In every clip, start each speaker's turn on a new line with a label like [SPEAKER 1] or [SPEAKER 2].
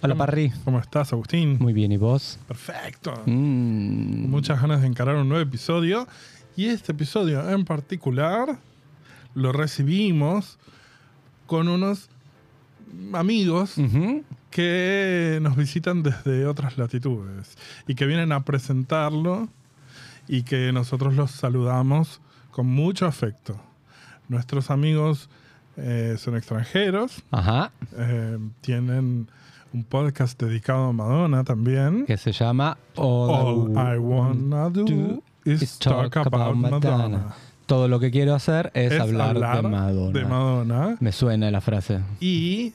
[SPEAKER 1] Hola,
[SPEAKER 2] ¿Cómo-
[SPEAKER 1] Parry.
[SPEAKER 2] ¿Cómo estás, Agustín?
[SPEAKER 1] Muy bien, ¿y vos?
[SPEAKER 2] Perfecto.
[SPEAKER 1] Mm.
[SPEAKER 2] Muchas ganas de encarar un nuevo episodio. Y este episodio en particular lo recibimos con unos amigos
[SPEAKER 1] Ujú.
[SPEAKER 2] que nos visitan desde otras latitudes y que vienen a presentarlo y que nosotros los saludamos con mucho afecto. Nuestros amigos eh, son extranjeros,
[SPEAKER 1] Ajá.
[SPEAKER 2] eh, tienen un podcast dedicado a Madonna también.
[SPEAKER 1] Que se llama
[SPEAKER 2] All Oh, I wanna do is talk about Madonna.
[SPEAKER 1] Todo lo que quiero hacer es,
[SPEAKER 2] Es
[SPEAKER 1] hablar, de Madonna.
[SPEAKER 2] de Madonna.
[SPEAKER 1] Me suena la frase.
[SPEAKER 2] Y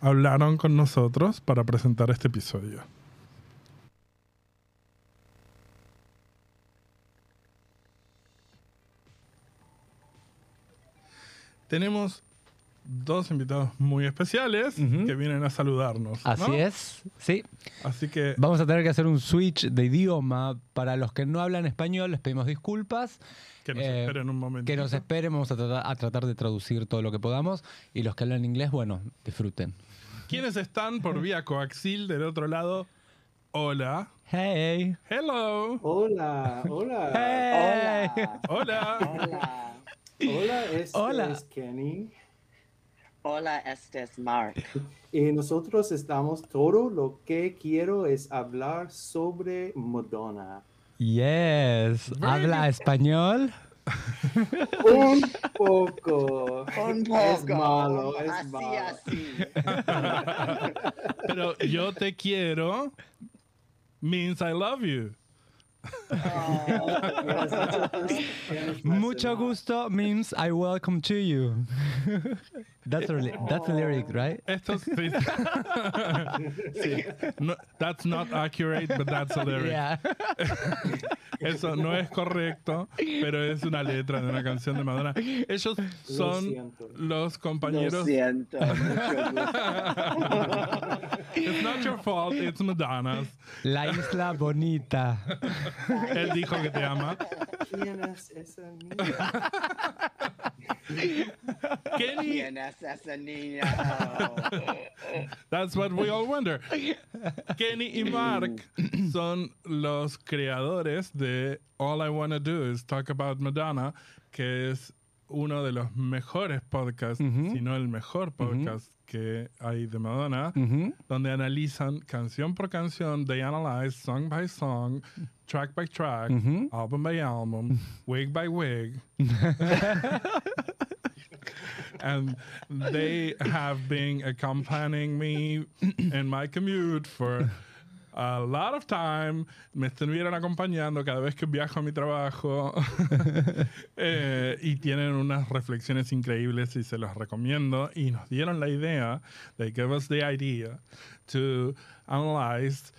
[SPEAKER 2] hablaron con nosotros para presentar este episodio. Tenemos dos invitados muy especiales
[SPEAKER 1] Ujú.
[SPEAKER 2] que vienen a saludarnos. ¿no? Eh.
[SPEAKER 1] Así es. Sí.
[SPEAKER 2] Así que
[SPEAKER 1] Vamos a tener que hacer un switch de idioma. Para los que no hablan español, les pedimos disculpas.
[SPEAKER 2] que nos
[SPEAKER 1] eh,
[SPEAKER 2] esperen un momento.
[SPEAKER 1] Que nos esperen, vamos a tratar, a tratar de traducir todo lo que podamos. Y los que hablan inglés, bueno, disfruten.
[SPEAKER 2] ¿Quiénes están por vía coaxil del otro lado? Hola.
[SPEAKER 1] Hey.
[SPEAKER 2] Hello.
[SPEAKER 3] Hola, hola.
[SPEAKER 1] Hey.
[SPEAKER 2] Hola.
[SPEAKER 4] Hola.
[SPEAKER 3] Hola, este
[SPEAKER 1] Hola.
[SPEAKER 3] es Kenny.
[SPEAKER 4] Hola, este es Mark.
[SPEAKER 3] Y nosotros estamos todo lo que quiero es hablar sobre Madonna.
[SPEAKER 1] Yes. ¿Habla español?
[SPEAKER 3] Un poco.
[SPEAKER 4] Un poco.
[SPEAKER 3] Es malo, es
[SPEAKER 4] así,
[SPEAKER 3] malo.
[SPEAKER 4] así.
[SPEAKER 2] Pero yo te quiero means I love you.
[SPEAKER 4] Oh,
[SPEAKER 3] Tienes mucho gusto, tienes más
[SPEAKER 1] Mucho
[SPEAKER 3] de más.
[SPEAKER 1] gusto means I welcome to you. that's a, li- that's a lyric, right?
[SPEAKER 2] Esto es- sí. Sí. No, that's not accurate, but that's a lyric.
[SPEAKER 1] Yeah.
[SPEAKER 2] Eso no es correcto, pero es una letra de una canción de Madonna. Ellos
[SPEAKER 3] Lo
[SPEAKER 2] son
[SPEAKER 3] siento.
[SPEAKER 2] los
[SPEAKER 4] lo
[SPEAKER 2] compañeros.
[SPEAKER 4] siento, mucho gusto.
[SPEAKER 2] It's not your fault, it's Madonna's.
[SPEAKER 1] La isla bonita.
[SPEAKER 2] Él dijo que te ama.
[SPEAKER 3] ¿Quién es esa niña?
[SPEAKER 2] Kenny,
[SPEAKER 4] ¿Quién es esa niña? Oh.
[SPEAKER 2] That's what we all wonder. Kenny y Mark son los creadores de All I Wanna Do Is Talk About Madonna, que es uno de los mejores podcasts, si no el mejor podcast que hay de Madonna,
[SPEAKER 1] Ujú.
[SPEAKER 2] donde analizan canción por canción, they analyze song by song, track by track,
[SPEAKER 1] Ujú.
[SPEAKER 2] album by album, wig by wig. and they have been accompanying me in my commute for a lot of time. Me estuvieron acompañando cada vez que viajo a mi trabajo. Eh, y tienen unas reflexiones increíbles y se los recomiendo. Y nos dieron la idea, they gave us the idea to analyze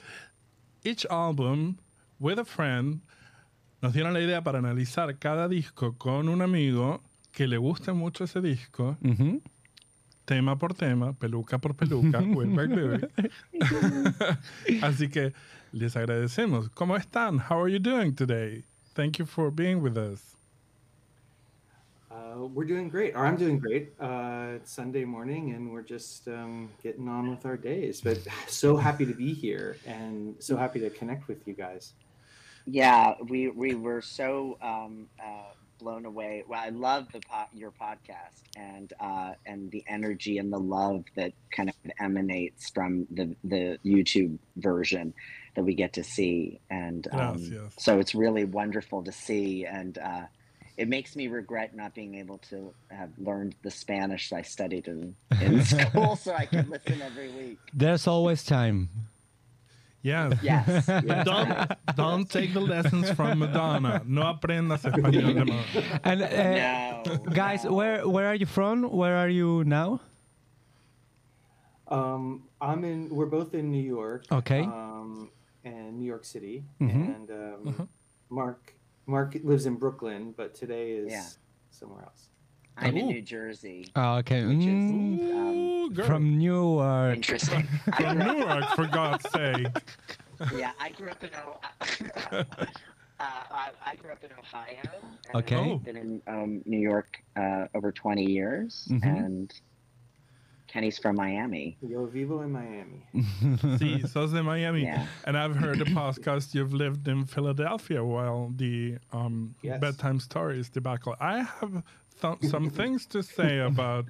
[SPEAKER 2] each album with a friend. Nos dieron la idea para analizar cada disco con un amigo que le guste mucho ese disco,
[SPEAKER 1] Ujú.
[SPEAKER 2] tema por tema, peluca por peluca. wig by wig. Así que les agradecemos. ¿Cómo están? How are you doing today? Thank you for being with us.
[SPEAKER 3] Uh, we're doing great, or I'm doing great. Uh, it's Sunday morning, and we're just um, getting on with our days. But so happy to be here, and so happy to connect with you guys.
[SPEAKER 4] Yeah, we, we were so um, uh, blown away. Well, I love the po- your podcast and uh, and the energy and the love that kind of emanates from the, the YouTube version that we get to see. And um,
[SPEAKER 2] Gracias.
[SPEAKER 4] so it's really wonderful to see. And uh, it makes me regret not being able to have learned the Spanish I studied in, in school so I could listen every week.
[SPEAKER 1] There's always time.
[SPEAKER 2] Yes.
[SPEAKER 4] Yes. yes,
[SPEAKER 2] Don't,
[SPEAKER 4] right.
[SPEAKER 2] don't take the lessons from Madonna. No aprendas español de Madonna.
[SPEAKER 1] And uh,
[SPEAKER 4] No.
[SPEAKER 1] guys,
[SPEAKER 4] no.
[SPEAKER 1] where where are you from? Where are you now?
[SPEAKER 3] Um, I'm in. We're both in New York.
[SPEAKER 1] Okay.
[SPEAKER 3] Um, and New York City,
[SPEAKER 1] Mhm.
[SPEAKER 3] and um, Mark Mark lives in Brooklyn, but today is
[SPEAKER 4] Yeah.
[SPEAKER 3] somewhere else.
[SPEAKER 4] I'm in
[SPEAKER 2] Ooh.
[SPEAKER 4] New Jersey.
[SPEAKER 1] Ah, okay.
[SPEAKER 4] Which is,
[SPEAKER 1] Mm,
[SPEAKER 4] um,
[SPEAKER 2] Ooh, girl.
[SPEAKER 1] from Newark.
[SPEAKER 4] interesting. I
[SPEAKER 2] From
[SPEAKER 4] grew up-
[SPEAKER 2] Newark, for God's sake.
[SPEAKER 4] yeah, I grew up in Ohio. uh, I, I grew up in Ohio. and
[SPEAKER 1] Okay.
[SPEAKER 2] Oh.
[SPEAKER 4] I've been in um, New York uh, over 20 years,
[SPEAKER 1] Mhm.
[SPEAKER 4] and Kenny's from Miami.
[SPEAKER 3] Yo vivo in Miami.
[SPEAKER 2] Sí, sos de Miami.
[SPEAKER 4] Yeah.
[SPEAKER 2] And I've heard the podcast you've lived in Philadelphia while the um,
[SPEAKER 3] Yes.
[SPEAKER 2] bedtime stories debacle. I have th- some things to say about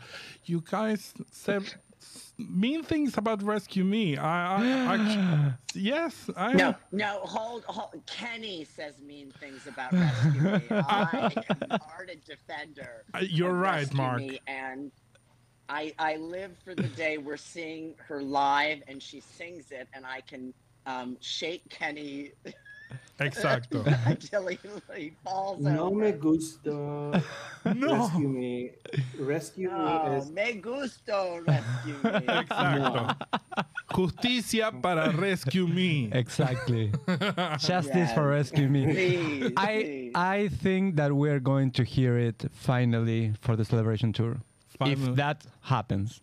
[SPEAKER 2] you guys said s- mean things about Rescue Me. I, I, I yes, I
[SPEAKER 4] No, no, hold, hold. Kenny says mean things about Rescue Me. I am an ardent defender.
[SPEAKER 2] Uh, you're
[SPEAKER 4] of
[SPEAKER 2] right,
[SPEAKER 4] Rescue
[SPEAKER 2] Mark.
[SPEAKER 4] Me, and I, I live for the day we're seeing her live and she sings it, and I can um, shake Kenny
[SPEAKER 2] exacto.
[SPEAKER 4] until he, he falls
[SPEAKER 3] No
[SPEAKER 4] over.
[SPEAKER 3] me gusta. Rescue
[SPEAKER 2] No,
[SPEAKER 3] me. Rescue me
[SPEAKER 4] Oh,
[SPEAKER 3] is.
[SPEAKER 4] me gusto rescue me.
[SPEAKER 2] exacto. Justicia para Rescue Me.
[SPEAKER 1] exactly. Justice
[SPEAKER 4] Yes.
[SPEAKER 1] for rescue me.
[SPEAKER 4] Please,
[SPEAKER 1] I
[SPEAKER 4] please.
[SPEAKER 1] I think that we're going to hear it finally for the celebration tour.
[SPEAKER 2] Finally.
[SPEAKER 1] If that happens.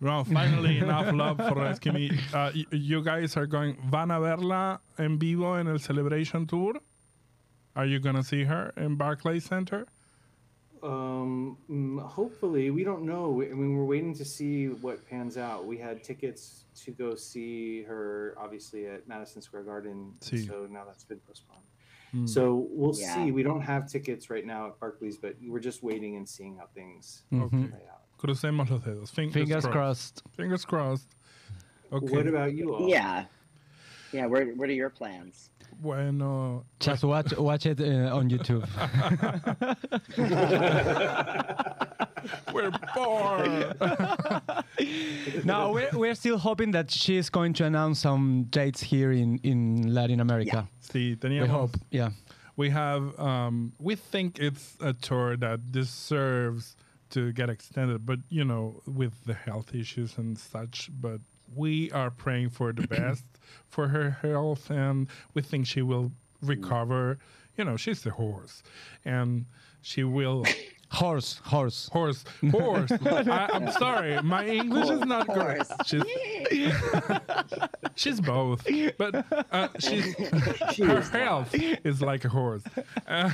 [SPEAKER 2] No, finally enough love for Rescue Me. Uh, y- you guys are going. ¿Van a verla en vivo en el Celebration Tour? Are you going to see her in Barclays Center?
[SPEAKER 3] Um, mm, hopefully, we don't know. I mean, we're waiting to see what pans out. We had tickets to go see her, obviously, at Madison Square Garden.
[SPEAKER 2] Sí.
[SPEAKER 3] So now that's been postponed. So we'll
[SPEAKER 4] Yeah.
[SPEAKER 3] see. We don't have tickets right now at Barclays, but we're just waiting and seeing how things
[SPEAKER 1] Mhm.
[SPEAKER 3] play out.
[SPEAKER 2] Crucemos los dedos. Fingers,
[SPEAKER 1] Fingers
[SPEAKER 2] crossed.
[SPEAKER 1] crossed.
[SPEAKER 2] Fingers crossed. Okay.
[SPEAKER 3] What about you all?
[SPEAKER 4] yeah, yeah. What, what are your plans?
[SPEAKER 2] bueno,
[SPEAKER 1] Just watch watch it uh, on YouTube.
[SPEAKER 2] we're born.
[SPEAKER 1] no, we're, we're still hoping that she's going to announce some dates here in, in Latin America.
[SPEAKER 2] sí,
[SPEAKER 1] We
[SPEAKER 2] teníamos.
[SPEAKER 1] hope. Yeah.
[SPEAKER 2] we have um, we think it's a tour that deserves to get extended but you know with the health issues and such but we are praying for the best for her health and we think she will recover you know she's the horse and she will
[SPEAKER 1] Horse, horse.
[SPEAKER 2] horse horse I, i'm sorry my english is not great she's, she's both but uh, she's her health is like a horse Uh,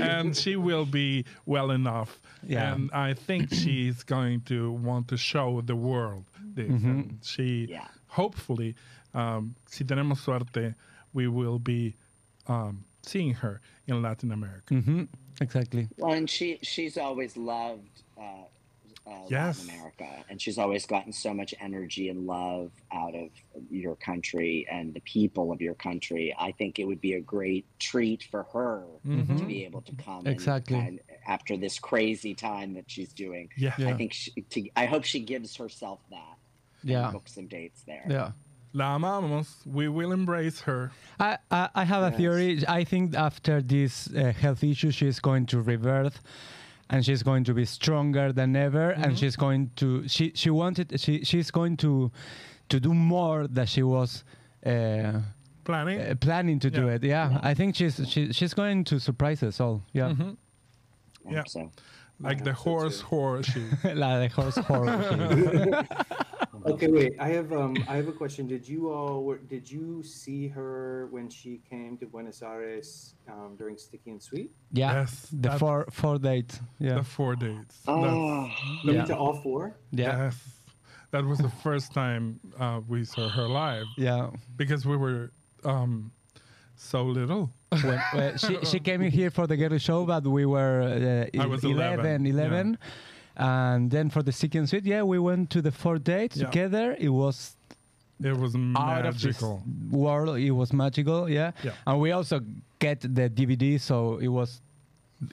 [SPEAKER 2] and she will be well enough
[SPEAKER 1] Yeah.
[SPEAKER 2] and i think she's going to want to show the world this
[SPEAKER 1] Mm-hmm.
[SPEAKER 2] and she
[SPEAKER 4] Yeah.
[SPEAKER 2] hopefully um, si tenemos suerte we will be um, seeing her in latin america
[SPEAKER 1] hmm Exactly.
[SPEAKER 4] Well, and she she's always loved uh, uh,
[SPEAKER 2] Yes.
[SPEAKER 4] Latin America, and she's always gotten so much energy and love out of your country and the people of your country. I think it would be a great treat for her to
[SPEAKER 2] Mhm.
[SPEAKER 4] be able to come and-
[SPEAKER 1] Exactly.
[SPEAKER 4] and after this crazy time that she's doing.
[SPEAKER 2] yeah,
[SPEAKER 1] Yeah.
[SPEAKER 4] I think she, to, I hope she gives herself that. and
[SPEAKER 1] Yeah.
[SPEAKER 4] book some dates there.
[SPEAKER 1] Yeah.
[SPEAKER 2] la amamos we will embrace her
[SPEAKER 1] I, I, I have a theory. I think after this uh, health issue, she's going to revert, and she's going to be stronger than ever. And she's going to she she wanted she she's going to to do more than she was uh,
[SPEAKER 2] planning
[SPEAKER 1] uh, planning to do
[SPEAKER 2] Yeah.
[SPEAKER 1] it. Yeah, I think she's she, she's going to surprise us all. Yeah,
[SPEAKER 4] I hope
[SPEAKER 2] Yeah.
[SPEAKER 4] So
[SPEAKER 2] like the horse horse she-
[SPEAKER 1] La de horse horror.
[SPEAKER 3] Okay, wait. I have um, I have a question. Did you all were- did you see her when she came to Buenos Aires um, during Sticky and Sweet?
[SPEAKER 1] yeah,
[SPEAKER 2] Yes,
[SPEAKER 1] the
[SPEAKER 2] that's-
[SPEAKER 1] four four date. Yeah,
[SPEAKER 2] the four dates
[SPEAKER 4] Oh.
[SPEAKER 3] You
[SPEAKER 1] Yeah.
[SPEAKER 3] went to all four?
[SPEAKER 1] yeah,
[SPEAKER 2] Yes. That was the first time uh, we saw her live
[SPEAKER 1] yeah.
[SPEAKER 2] because we were um, so little.
[SPEAKER 1] when, when she, she came in here for the girl show, but we were uh,
[SPEAKER 2] I was
[SPEAKER 1] 11,
[SPEAKER 2] 11,
[SPEAKER 1] 11. And then for the second suite, yeah, we went to the fourth date
[SPEAKER 2] Yeah.
[SPEAKER 1] together. It was
[SPEAKER 2] It was
[SPEAKER 1] out of this
[SPEAKER 2] magical.
[SPEAKER 1] world. It was magical, yeah.
[SPEAKER 2] Yeah.
[SPEAKER 1] And we also get the DVD, so it was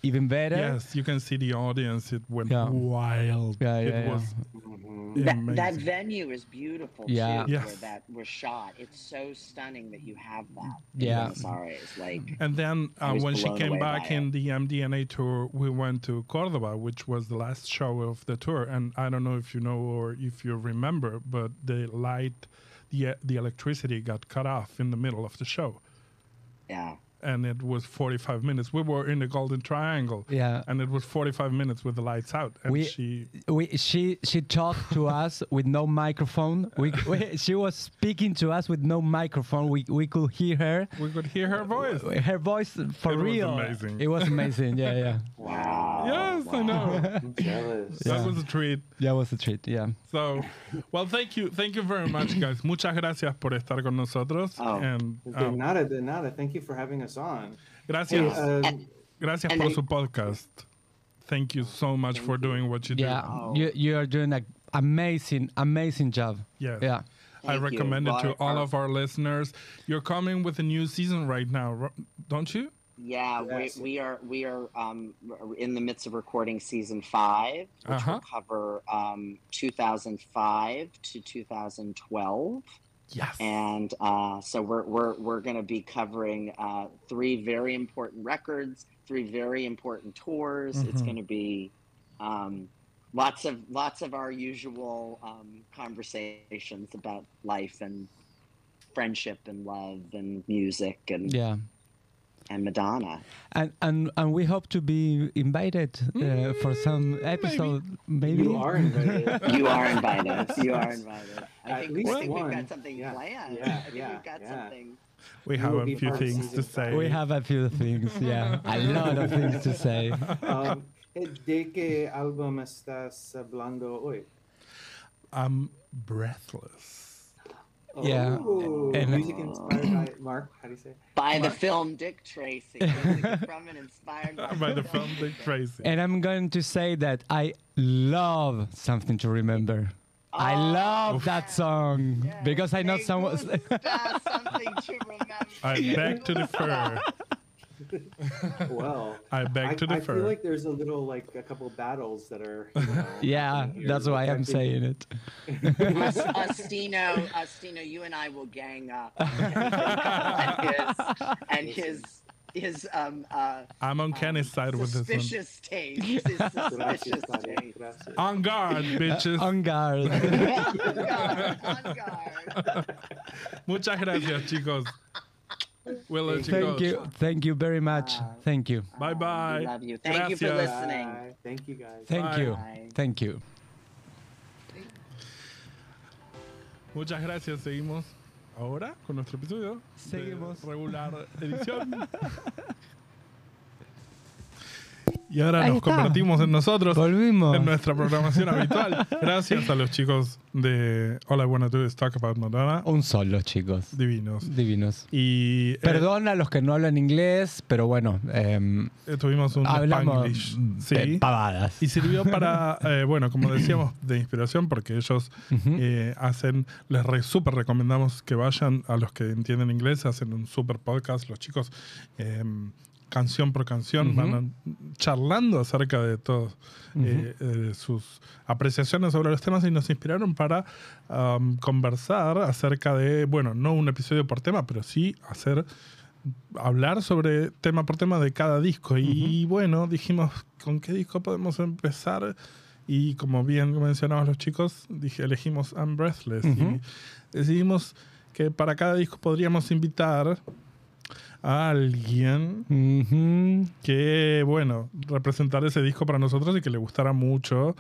[SPEAKER 1] even better.
[SPEAKER 2] Yes, you can see the audience. It went
[SPEAKER 1] Yeah.
[SPEAKER 2] wild.
[SPEAKER 1] Yeah,
[SPEAKER 2] it
[SPEAKER 1] yeah,
[SPEAKER 2] was
[SPEAKER 4] that, that
[SPEAKER 2] amazing.
[SPEAKER 4] venue is beautiful
[SPEAKER 1] Yeah.
[SPEAKER 4] too, where
[SPEAKER 2] Yes.
[SPEAKER 4] that was shot. It's so stunning that you have that.
[SPEAKER 1] Yeah.
[SPEAKER 4] sorry, it's like
[SPEAKER 2] And then
[SPEAKER 4] I
[SPEAKER 2] uh,
[SPEAKER 4] was
[SPEAKER 2] when she
[SPEAKER 4] blown
[SPEAKER 2] came
[SPEAKER 4] away
[SPEAKER 2] back
[SPEAKER 4] by
[SPEAKER 2] in
[SPEAKER 4] it.
[SPEAKER 2] the MDNA tour, we went to Cordoba, which was the last show of the tour. And I don't know if you know or if you remember, but the light, the the electricity got cut off in the middle of the show.
[SPEAKER 4] yeah.
[SPEAKER 2] and it was 45 minutes. We were in the Golden Triangle.
[SPEAKER 1] Yeah.
[SPEAKER 2] And it was 45 minutes with the lights out. And
[SPEAKER 1] We-
[SPEAKER 2] she.
[SPEAKER 1] We, she she talked to us with no microphone. We, we she was speaking to us with no microphone. We we could hear her,
[SPEAKER 2] We could hear her voice.
[SPEAKER 1] her voice for
[SPEAKER 2] It was
[SPEAKER 1] real.
[SPEAKER 2] amazing.
[SPEAKER 1] It was amazing. Yeah, yeah.
[SPEAKER 4] Oh, Wow.
[SPEAKER 2] Yes, I know.
[SPEAKER 3] I'm jealous.
[SPEAKER 2] That was a treat.
[SPEAKER 1] That was a treat. Yeah.
[SPEAKER 2] So, well, thank you, thank you very much, guys. Muchas gracias por estar con nosotros.
[SPEAKER 4] Oh.
[SPEAKER 2] And
[SPEAKER 3] De
[SPEAKER 2] um,
[SPEAKER 3] nada, de nada. Thank you for having us on. Hey,
[SPEAKER 2] gracias,
[SPEAKER 3] um,
[SPEAKER 2] gracias
[SPEAKER 4] uh, and
[SPEAKER 2] por
[SPEAKER 4] I-
[SPEAKER 2] su podcast. Thank you so much for doing what you
[SPEAKER 1] Yeah.
[SPEAKER 4] Wow.
[SPEAKER 1] You you are doing an amazing amazing job. Yeah.
[SPEAKER 2] Yes. do. I
[SPEAKER 4] Thank you.
[SPEAKER 2] recommend it to
[SPEAKER 4] Well,
[SPEAKER 2] all
[SPEAKER 4] our-
[SPEAKER 2] of our listeners. You're coming with a new season right now, ro- don't you?
[SPEAKER 4] Yeah,
[SPEAKER 3] Yes.
[SPEAKER 4] we, we are we are um, r- in the midst of recording season five, which
[SPEAKER 2] Uh-huh.
[SPEAKER 4] will cover um, 2005 to 2012,
[SPEAKER 2] Yes.
[SPEAKER 4] and uh, so we're we're we're going to be covering uh, three very important records, three very important tours. It's
[SPEAKER 2] Mm-hmm.
[SPEAKER 1] Mhm.
[SPEAKER 4] going to be um, lots of lots of our usual um, conversations about life and friendship and love and music and
[SPEAKER 1] Yeah.
[SPEAKER 4] and Madonna.
[SPEAKER 1] And and and we hope to be invited uh,
[SPEAKER 2] Mm.
[SPEAKER 1] for some episode. Maybe.
[SPEAKER 3] you are invited.
[SPEAKER 4] You are invited. You are invited. I
[SPEAKER 3] At
[SPEAKER 4] think,
[SPEAKER 3] least
[SPEAKER 4] I think we've
[SPEAKER 3] one.
[SPEAKER 4] got something
[SPEAKER 3] Yeah.
[SPEAKER 4] planned.
[SPEAKER 3] Yeah,
[SPEAKER 4] I think
[SPEAKER 3] yeah,
[SPEAKER 4] we've got
[SPEAKER 3] yeah.
[SPEAKER 4] something.
[SPEAKER 2] we
[SPEAKER 3] you
[SPEAKER 2] have
[SPEAKER 3] will
[SPEAKER 2] a
[SPEAKER 3] be
[SPEAKER 2] few
[SPEAKER 3] part of
[SPEAKER 2] things to
[SPEAKER 3] season
[SPEAKER 2] say.
[SPEAKER 3] five.
[SPEAKER 1] We have a few things. Yeah. a lot of things to say.
[SPEAKER 3] um, eh, ¿De qué álbum estás hablando hoy?
[SPEAKER 2] I'm breathless.
[SPEAKER 1] Yeah.
[SPEAKER 3] Oh,
[SPEAKER 1] And-
[SPEAKER 3] music inspired by Mark. How do you say?
[SPEAKER 4] By the film Dick Tracy. Music from and inspired by,
[SPEAKER 2] By the film Dick Tracy.
[SPEAKER 1] And I'm going to say that I love something to remember. I
[SPEAKER 4] Oh,
[SPEAKER 1] love that song because I know
[SPEAKER 4] Me
[SPEAKER 1] someone.
[SPEAKER 4] gusta something to remember.
[SPEAKER 2] I beg to defer.
[SPEAKER 3] Well,
[SPEAKER 2] I
[SPEAKER 3] I,
[SPEAKER 2] beg to
[SPEAKER 3] I
[SPEAKER 2] defer.
[SPEAKER 3] feel like there's a little like a couple battles that are. you know,
[SPEAKER 1] yeah,
[SPEAKER 3] happening here,
[SPEAKER 1] that's why
[SPEAKER 3] which I
[SPEAKER 1] I'm
[SPEAKER 3] think-
[SPEAKER 1] saying it.
[SPEAKER 4] Us- Ostino, Ostino, you and I will gang up. and his, and his, his um, uh,
[SPEAKER 2] I'm on Kenny's side with this one.
[SPEAKER 4] suspicious taste. His suspicious
[SPEAKER 3] Gracias, Tania,
[SPEAKER 4] taste.
[SPEAKER 3] gracias.
[SPEAKER 2] On guard, bitches.
[SPEAKER 1] On guard.
[SPEAKER 4] On guard, on guard.
[SPEAKER 2] Muchas gracias, chicos. We'll let you go.
[SPEAKER 1] Thank you. Thank you very much. Thank you.
[SPEAKER 2] Bye bye.
[SPEAKER 4] We love you. Thank you for
[SPEAKER 2] Gracias.
[SPEAKER 4] listening.
[SPEAKER 3] Bye. Thank you guys.
[SPEAKER 1] Thank you.
[SPEAKER 4] Bye.
[SPEAKER 1] Thank you.
[SPEAKER 2] Muchas gracias. Seguimos ahora con nuestro episodio. de
[SPEAKER 1] Seguimos.
[SPEAKER 2] Regular edición. Y ahora
[SPEAKER 1] Ahí
[SPEAKER 2] nos
[SPEAKER 1] está.
[SPEAKER 2] convertimos en nosotros,
[SPEAKER 1] Volvimos.
[SPEAKER 2] en nuestra programación habitual. Gracias a los chicos de Hola, Buenas Dudes, Talk About Madonna.
[SPEAKER 1] Un solo, chicos.
[SPEAKER 2] Divinos.
[SPEAKER 1] Divinos.
[SPEAKER 2] Y eh,
[SPEAKER 1] Perdón a los que no hablan inglés, pero bueno, em,
[SPEAKER 2] eh, tuvimos un
[SPEAKER 1] hablamos
[SPEAKER 2] Spanglish.
[SPEAKER 1] mm,
[SPEAKER 2] Sí.
[SPEAKER 1] pe- pavadas.
[SPEAKER 2] Y sirvió para, eh, bueno, como decíamos, de inspiración, porque ellos eh, hacen, les re, súper recomendamos que vayan a los que entienden inglés, hacen un súper podcast, los chicos, eh, canción por canción, van a- charlando acerca de todos eh, eh, sus apreciaciones sobre los temas y nos inspiraron para um, conversar acerca de, bueno, no un episodio por tema, pero sí hacer hablar sobre tema por tema de cada disco. Y bueno, dijimos, ¿con qué disco podemos empezar? Y como bien mencionaban los chicos, dije, elegimos I'm Breathless. Y decidimos que para cada disco podríamos invitar a alguien
[SPEAKER 1] Ujú.
[SPEAKER 2] que, bueno, representar ese disco para nosotros y que le gustara mucho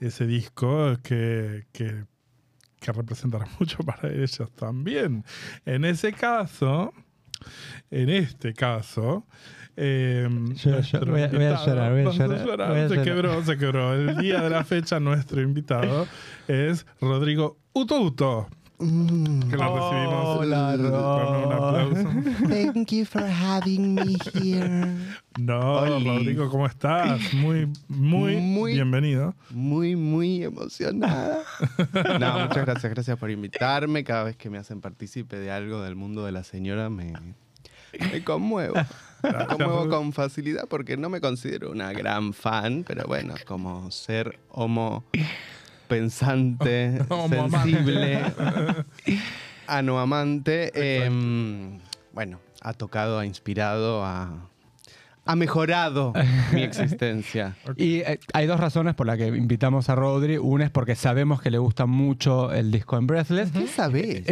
[SPEAKER 2] ese disco, que, que, que representara mucho para ellos también. En ese caso, en este caso, eh,
[SPEAKER 1] Yo- yo
[SPEAKER 2] nuestro
[SPEAKER 1] voy a- voy a
[SPEAKER 2] invitado-
[SPEAKER 1] llorar, voy a
[SPEAKER 2] Vas
[SPEAKER 1] llorar, voy a
[SPEAKER 2] se
[SPEAKER 1] llorar.
[SPEAKER 2] quebró, se quebró. El día de la fecha, nuestro invitado es Rodrigo Uto Uto. Que lo recibimos
[SPEAKER 1] Hola,
[SPEAKER 2] con un aplauso.
[SPEAKER 5] Thank you for having me here.
[SPEAKER 2] No,
[SPEAKER 5] Oli.
[SPEAKER 2] Rodrigo, ¿cómo estás? Muy, muy,
[SPEAKER 5] Muy-
[SPEAKER 2] bienvenido.
[SPEAKER 5] Muy, muy emocionada. No, muchas gracias, gracias por invitarme. Cada vez que me hacen partícipe de algo del mundo de la señora, me, me conmuevo. Me conmuevo con facilidad porque no me considero una gran fan, pero bueno, como ser homo pensante,
[SPEAKER 2] Homo amante.
[SPEAKER 5] sensible, em, anoamante, eh, bueno, ha tocado, ha inspirado, ha, ha mejorado mi existencia.
[SPEAKER 1] Y eh, hay dos razones por las que invitamos a Rodri. Una es porque sabemos que le gusta mucho el disco en Breathless.
[SPEAKER 5] ¿Qué sabes?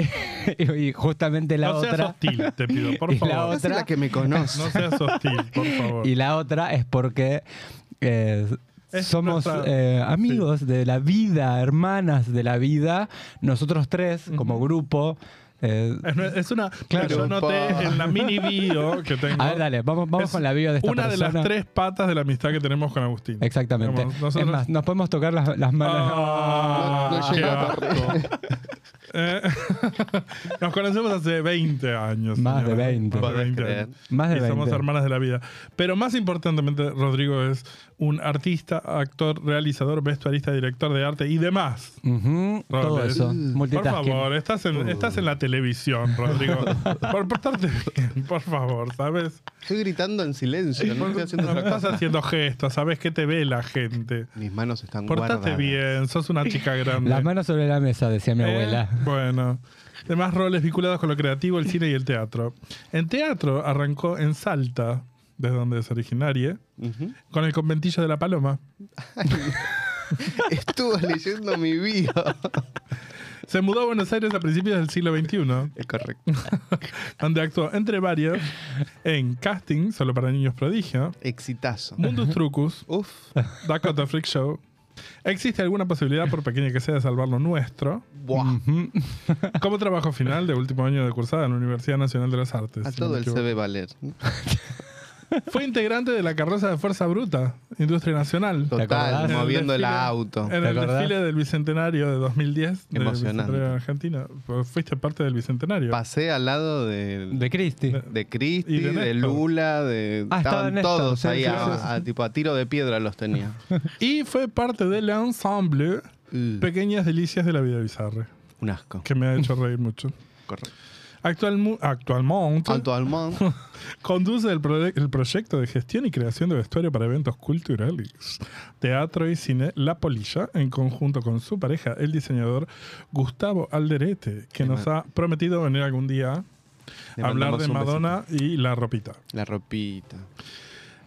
[SPEAKER 1] y, y justamente la
[SPEAKER 2] no seas
[SPEAKER 1] otra.
[SPEAKER 2] hostil, te pido, por
[SPEAKER 1] Y la
[SPEAKER 2] favor.
[SPEAKER 5] Es la que me
[SPEAKER 2] No
[SPEAKER 5] conoce.
[SPEAKER 2] seas hostil, por favor.
[SPEAKER 1] Y la otra es porque eh,
[SPEAKER 2] Es
[SPEAKER 1] somos
[SPEAKER 2] nuestra-
[SPEAKER 1] eh, amigos de la vida, hermanas de la vida. Nosotros tres, como grupo. eh,
[SPEAKER 2] Es una- Es una.
[SPEAKER 1] Claro.
[SPEAKER 2] yo noté en la mini bio que tengo.
[SPEAKER 1] a ver, dale, vamos, vamos
[SPEAKER 2] es
[SPEAKER 1] con la vida de esta
[SPEAKER 2] una
[SPEAKER 1] persona.
[SPEAKER 2] de las tres patas de la amistad que tenemos con Agustín.
[SPEAKER 1] Exactamente.
[SPEAKER 2] Digamos, nosotros-
[SPEAKER 1] Es más, nos podemos tocar las, las manos.
[SPEAKER 2] Ah,
[SPEAKER 5] No- no
[SPEAKER 2] qué
[SPEAKER 5] llega
[SPEAKER 2] asco. Eh, Nos conocemos hace 20 años.
[SPEAKER 1] Más de
[SPEAKER 2] señora.
[SPEAKER 1] 20.
[SPEAKER 2] Más de
[SPEAKER 5] Podés
[SPEAKER 2] 20
[SPEAKER 5] creer.
[SPEAKER 2] años.
[SPEAKER 1] Más de
[SPEAKER 2] y somos
[SPEAKER 1] 20.
[SPEAKER 2] hermanas de la vida. Pero más importantemente, Rodrigo es un artista, actor, realizador, vestuarista, director de arte y demás.
[SPEAKER 1] Ujú,
[SPEAKER 2] Roles.
[SPEAKER 1] todo eso.
[SPEAKER 2] Mm. Por
[SPEAKER 1] Multitasking.
[SPEAKER 2] favor, estás en, estás en la televisión, Rodrigo. Por portarte bien, por favor, ¿sabes?
[SPEAKER 5] Estoy gritando en silencio, no estoy haciendo
[SPEAKER 2] No
[SPEAKER 5] otra
[SPEAKER 2] estás
[SPEAKER 5] cosa.
[SPEAKER 2] haciendo gestos, ¿sabes qué te ve la gente?
[SPEAKER 5] Mis manos están
[SPEAKER 2] Portate
[SPEAKER 5] guardadas.
[SPEAKER 2] bien, sos una chica grande.
[SPEAKER 1] Las manos sobre la mesa, decía mi
[SPEAKER 2] Eh,
[SPEAKER 1] abuela.
[SPEAKER 2] Bueno. Demás roles vinculados con lo creativo, el cine y el teatro. En teatro arrancó en Salta, desde donde es originaria,
[SPEAKER 5] Ujú.
[SPEAKER 2] con el conventillo de la Paloma.
[SPEAKER 5] Estuvo leyendo mi bio.
[SPEAKER 2] Se mudó a Buenos Aires a principios del siglo XXI.
[SPEAKER 5] Es correcto.
[SPEAKER 2] donde actuó entre varios en Casting, solo para niños prodigio,
[SPEAKER 5] Exitazo.
[SPEAKER 2] Mundus Trucus,
[SPEAKER 5] Uf.
[SPEAKER 2] Dakota Freak Show. ¿Existe alguna posibilidad, por pequeña que sea, de salvar lo nuestro?
[SPEAKER 5] Buah.
[SPEAKER 2] Como trabajo final de último año de cursada en la Universidad Nacional de las Artes.
[SPEAKER 5] A
[SPEAKER 2] si no
[SPEAKER 5] todo
[SPEAKER 2] me
[SPEAKER 5] el
[SPEAKER 2] equivoco.
[SPEAKER 5] CB valer.
[SPEAKER 2] Fue integrante de la carroza de Fuerza Bruta, Industria Nacional.
[SPEAKER 5] Total,
[SPEAKER 1] acordás?
[SPEAKER 2] En el
[SPEAKER 5] moviendo el
[SPEAKER 2] desfile-
[SPEAKER 5] auto.
[SPEAKER 2] En
[SPEAKER 1] ¿Te
[SPEAKER 2] el
[SPEAKER 1] acordás?
[SPEAKER 2] desfile del Bicentenario de 2010. del
[SPEAKER 5] Emocionante.
[SPEAKER 2] Bicentenario de Argentina. Pues Fuiste parte del Bicentenario.
[SPEAKER 5] Pasé al lado de,
[SPEAKER 1] De Christie.
[SPEAKER 5] de Cristi,
[SPEAKER 2] Y de
[SPEAKER 5] de,
[SPEAKER 2] Néstor.
[SPEAKER 5] Lula, de.
[SPEAKER 1] Ah, estaba
[SPEAKER 5] estaban
[SPEAKER 1] Néstor,
[SPEAKER 5] todos
[SPEAKER 1] sí,
[SPEAKER 5] ahí
[SPEAKER 1] sí,
[SPEAKER 5] a,
[SPEAKER 1] sí, sí.
[SPEAKER 5] a- tipo a tiro de piedra los tenía.
[SPEAKER 2] Y fue parte del ensemble
[SPEAKER 5] Uh,
[SPEAKER 2] Pequeñas Delicias de la Vida Bizarra,
[SPEAKER 5] un asco.
[SPEAKER 2] que me ha hecho reír mucho.
[SPEAKER 5] Correcto.
[SPEAKER 2] Actual, actualmente
[SPEAKER 5] Alto Almón.
[SPEAKER 2] conduce el, prode- el proyecto de gestión y creación de vestuario para eventos culturales, teatro y cine La Polilla, en conjunto con su pareja, el diseñador Gustavo Alderete, que nos ha prometido venir algún día
[SPEAKER 5] Le
[SPEAKER 2] a hablar
[SPEAKER 5] mandamos
[SPEAKER 2] de
[SPEAKER 5] un
[SPEAKER 2] Madonna y la ropita.
[SPEAKER 5] La ropita.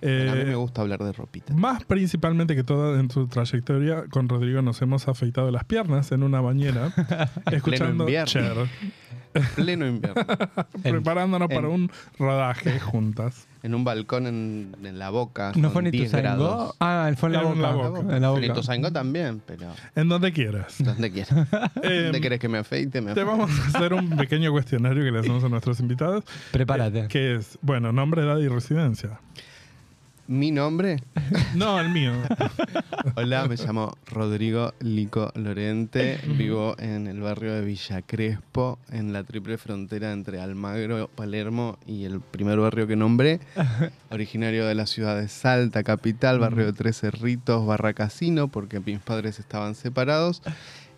[SPEAKER 2] Eh,
[SPEAKER 5] a mí me gusta hablar de ropita.
[SPEAKER 2] más principalmente que todo en su trayectoria, con Rodrigo nos hemos afeitado las piernas en una bañera, escuchando
[SPEAKER 5] invierno.
[SPEAKER 2] Cher,
[SPEAKER 5] Pleno invierno.
[SPEAKER 2] preparándonos
[SPEAKER 5] en-
[SPEAKER 2] para un rodaje juntas.
[SPEAKER 5] En un balcón en, en la boca.
[SPEAKER 1] ¿No
[SPEAKER 5] con
[SPEAKER 1] fue en
[SPEAKER 5] 10
[SPEAKER 1] Ituzaingó?
[SPEAKER 5] grados.
[SPEAKER 1] Ah, fue en la
[SPEAKER 2] Era en
[SPEAKER 1] boca.
[SPEAKER 2] la boca.
[SPEAKER 1] En la
[SPEAKER 5] En
[SPEAKER 1] boca.
[SPEAKER 5] Ituzaingó también, pero.
[SPEAKER 2] En donde quieras.
[SPEAKER 5] ¿Dónde quieras? ¿Dónde
[SPEAKER 2] Em,
[SPEAKER 5] querés que me afeite? Me
[SPEAKER 2] Te
[SPEAKER 5] afeite.
[SPEAKER 2] vamos a hacer un pequeño cuestionario que le hacemos a nuestros invitados.
[SPEAKER 1] Prepárate.
[SPEAKER 2] Que es, bueno, nombre, edad y residencia.
[SPEAKER 5] Mi nombre.
[SPEAKER 2] No, el mío.
[SPEAKER 5] Hola, me llamo Rodrigo Lico Lorente. Vivo en el barrio de Villa Crespo, en la triple frontera entre Almagro, Palermo y el primer barrio que nombré. Originario de la ciudad de Salta, capital, barrio de Tres Cerritos, barra casino, porque mis padres estaban separados.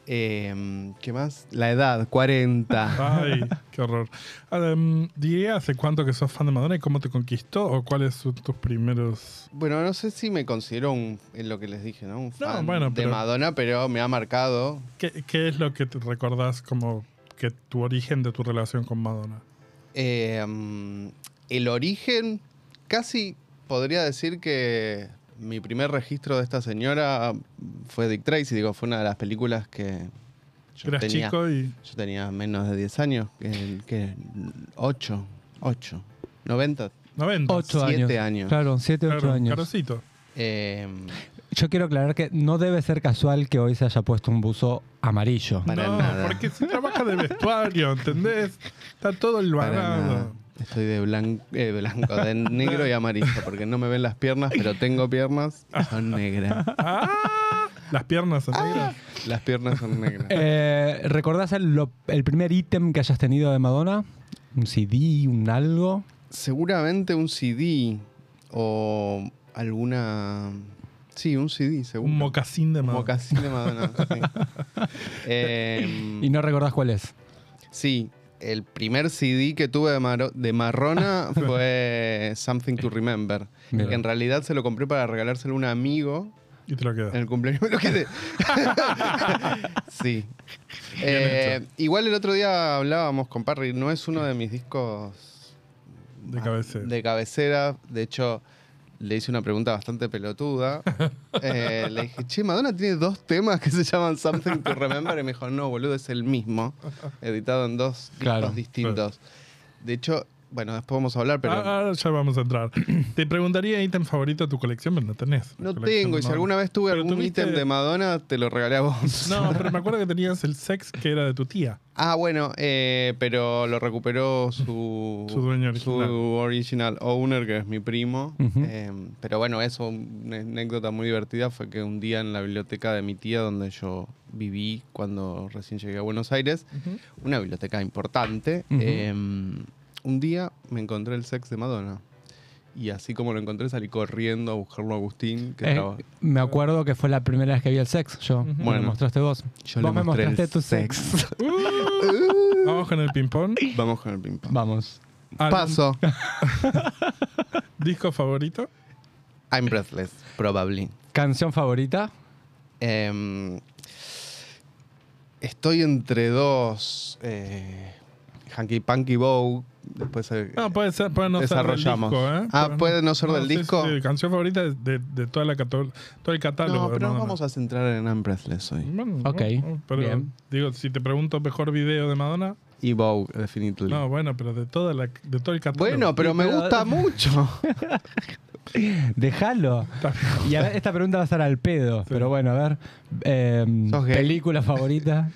[SPEAKER 5] Eh, ¿Qué más? La edad, 40.
[SPEAKER 2] Ay, qué horror. Ahora, em, Diría, ¿hace cuánto que sos fan de Madonna y cómo te conquistó o cuáles son tus primeros...
[SPEAKER 5] Bueno, no sé si me considero un, en lo que les dije, ¿no? Un fan
[SPEAKER 2] bueno,
[SPEAKER 5] de
[SPEAKER 2] pero-
[SPEAKER 5] Madonna, pero me ha marcado
[SPEAKER 2] ¿Qué, qué es lo que te recordás como que tu origen de tu relación con Madonna?
[SPEAKER 5] Eh, mm, el origen, casi podría decir que mi primer registro de esta señora fue Dick Tracy, digo, fue una de las películas que yo,
[SPEAKER 2] Eras
[SPEAKER 5] tenía,
[SPEAKER 2] chico y...
[SPEAKER 5] yo tenía menos de 10 años, que, que 8, 8, 90.
[SPEAKER 2] 90.
[SPEAKER 1] 8
[SPEAKER 5] Siete
[SPEAKER 1] años.
[SPEAKER 5] años.
[SPEAKER 1] Claro, 7, 8
[SPEAKER 2] Claro,
[SPEAKER 1] años.
[SPEAKER 2] carocito.
[SPEAKER 5] eh,
[SPEAKER 1] Yo quiero aclarar que no debe ser casual que hoy se haya puesto un buzo amarillo.
[SPEAKER 5] Para
[SPEAKER 2] no,
[SPEAKER 5] nada.
[SPEAKER 2] porque se trabaja de vestuario, ¿entendés? Está todo el
[SPEAKER 5] para nada.
[SPEAKER 2] barado.
[SPEAKER 5] Estoy de blanco, blanco, de negro y amarillo, porque no me ven las piernas, pero tengo piernas y son negras.
[SPEAKER 2] ¡Ah! Las piernas negras.
[SPEAKER 5] Las piernas son negras.
[SPEAKER 1] Eh, ¿Recordás el, lo- el primer ítem que hayas tenido de Madonna? ¿Un CD? ¿Un algo?
[SPEAKER 5] Seguramente un CD o alguna. Sí, un CD, seguro.
[SPEAKER 2] Un mocasín de
[SPEAKER 5] Un
[SPEAKER 2] Madonna.
[SPEAKER 5] mocasín de Madonna. sí. Em,
[SPEAKER 1] Y no recordás cuál es.
[SPEAKER 5] sí, el primer CD que tuve de, Maro- de Marrona fue Something to Remember.
[SPEAKER 1] Mira.
[SPEAKER 5] Que en realidad se lo compré para regalárselo a un amigo
[SPEAKER 2] Y te lo quedas.
[SPEAKER 5] en el cumpleaños. Me lo quedé. sí. Eh, igual el otro día hablábamos con Parry, no es uno de mis discos
[SPEAKER 2] De cabecera.
[SPEAKER 5] Ah, de cabecera. De hecho, le hice una pregunta bastante pelotuda. Eh, le dije, che, Madonna tiene dos temas que se llaman Something to Remember. Y me dijo, no, boludo, es el mismo. Editado en dos discos
[SPEAKER 1] Claro,
[SPEAKER 5] distintos. De hecho, bueno, después vamos a hablar, pero.
[SPEAKER 2] Ah, Ahora ya vamos a entrar. Te preguntaría ítem favorito de tu colección, pero no tenés.
[SPEAKER 5] no
[SPEAKER 2] Colección
[SPEAKER 5] tengo, y si
[SPEAKER 2] no-
[SPEAKER 5] alguna vez tuve
[SPEAKER 2] Pero
[SPEAKER 5] algún
[SPEAKER 2] tuviste-
[SPEAKER 5] ítem de Madonna, te lo regalé a vos.
[SPEAKER 2] No, pero me acuerdo que tenías el sex que era de tu tía.
[SPEAKER 5] Ah, bueno, eh, pero lo recuperó su,
[SPEAKER 2] Su dueño original.
[SPEAKER 5] su original owner, que es mi primo.
[SPEAKER 1] Ujú.
[SPEAKER 5] Eh, pero bueno, eso, una anécdota muy divertida fue que un día en la biblioteca de mi tía, donde yo viví cuando recién llegué a Buenos Aires, una biblioteca importante,
[SPEAKER 1] Ujú.
[SPEAKER 5] eh, un día me encontré el sex de Madonna. Y así como lo encontré, salí corriendo a buscarlo a Agustín, que
[SPEAKER 1] Eh,
[SPEAKER 5] estaba...
[SPEAKER 1] me acuerdo que fue la primera vez que vi el sex. Yo me
[SPEAKER 5] Bueno,
[SPEAKER 1] lo mostraste vos.
[SPEAKER 5] Yo
[SPEAKER 1] vos
[SPEAKER 5] le
[SPEAKER 1] me
[SPEAKER 5] mostré el
[SPEAKER 1] mostraste tu sex.
[SPEAKER 5] sex.
[SPEAKER 2] Uh. Vamos con el ping-pong.
[SPEAKER 5] Vamos con el ping pong.
[SPEAKER 1] Vamos.
[SPEAKER 2] Álbum,
[SPEAKER 5] Paso.
[SPEAKER 2] ¿Disco favorito?
[SPEAKER 5] I'm breathless, probably.
[SPEAKER 1] Canción favorita.
[SPEAKER 5] Em, estoy entre dos. Eh, Hanky Panky Bow. Después. eh,
[SPEAKER 2] No, puede ser, puede no ser del
[SPEAKER 5] Desarrollamos.
[SPEAKER 2] disco, ¿eh?
[SPEAKER 5] Ah, puede no ser del
[SPEAKER 2] sí,
[SPEAKER 5] disco.
[SPEAKER 2] sí, canción favorita de, de- de toda la cató- todo el catálogo.
[SPEAKER 5] no, pero no vamos a centrar en I'm breathless hoy.
[SPEAKER 2] Mm.
[SPEAKER 1] Ok,
[SPEAKER 2] pero
[SPEAKER 1] bien.
[SPEAKER 2] digo, si te pregunto mejor video de Madonna,
[SPEAKER 5] Y Bow, definitivamente.
[SPEAKER 2] no, bueno, pero de toda la de todo el catálogo.
[SPEAKER 5] bueno, pero me
[SPEAKER 1] pero-
[SPEAKER 5] gusta mucho.
[SPEAKER 1] Déjalo. Y a ver, esta pregunta va a estar al pedo. Pero bueno, a ver. em,
[SPEAKER 5] Sos gay.
[SPEAKER 1] película favorita.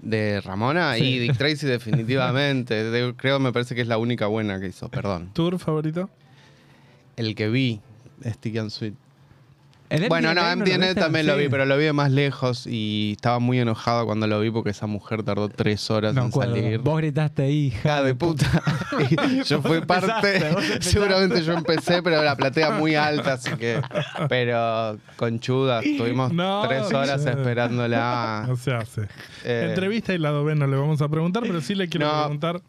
[SPEAKER 5] De Ramona y Dick Tracy, definitivamente. De- creo, me parece que es la única buena que hizo, perdón.
[SPEAKER 2] tour favorito.
[SPEAKER 5] El que vi, Sticky and Sweet.
[SPEAKER 1] El
[SPEAKER 5] Bueno, no,
[SPEAKER 1] MDNA lo
[SPEAKER 5] MTN
[SPEAKER 1] viste?
[SPEAKER 5] también lo
[SPEAKER 1] Sí.
[SPEAKER 5] vi, pero lo vi de más lejos y estaba muy enojado cuando lo vi porque esa mujer tardó tres horas
[SPEAKER 1] Me
[SPEAKER 5] en
[SPEAKER 1] acuerdo.
[SPEAKER 5] salir.
[SPEAKER 1] Vos gritaste, hija.
[SPEAKER 5] Hija de puta. Y yo fui parte.
[SPEAKER 1] empezaste, vos empezaste.
[SPEAKER 5] Seguramente yo empecé, pero la platea muy alta, así que. Pero conchuda, estuvimos
[SPEAKER 2] No,
[SPEAKER 5] tres horas
[SPEAKER 2] sí.
[SPEAKER 5] esperándola.
[SPEAKER 2] No se hace.
[SPEAKER 5] Ah. Eh,
[SPEAKER 2] Entrevista y lado B no le vamos a preguntar, pero sí le quiero
[SPEAKER 5] No.
[SPEAKER 2] preguntar.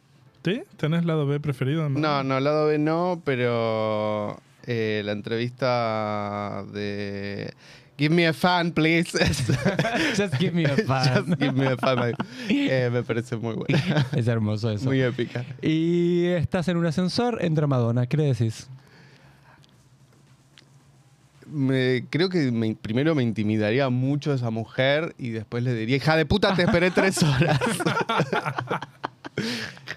[SPEAKER 2] ¿Sí? ¿Tenés lado B preferido? de Madonna?
[SPEAKER 5] No, no, lado B no, pero. eh, la entrevista de. Give me a fan, please.
[SPEAKER 1] Just give me a fan.
[SPEAKER 5] Just give me a fan. Eh, me parece muy buena.
[SPEAKER 1] Es hermoso eso.
[SPEAKER 5] Muy épica.
[SPEAKER 1] Y estás en un ascensor, entra Madonna. ¿Qué le decís?
[SPEAKER 5] Me- creo que me- primero me intimidaría mucho esa mujer y después le diría, hija de puta, te esperé tres horas.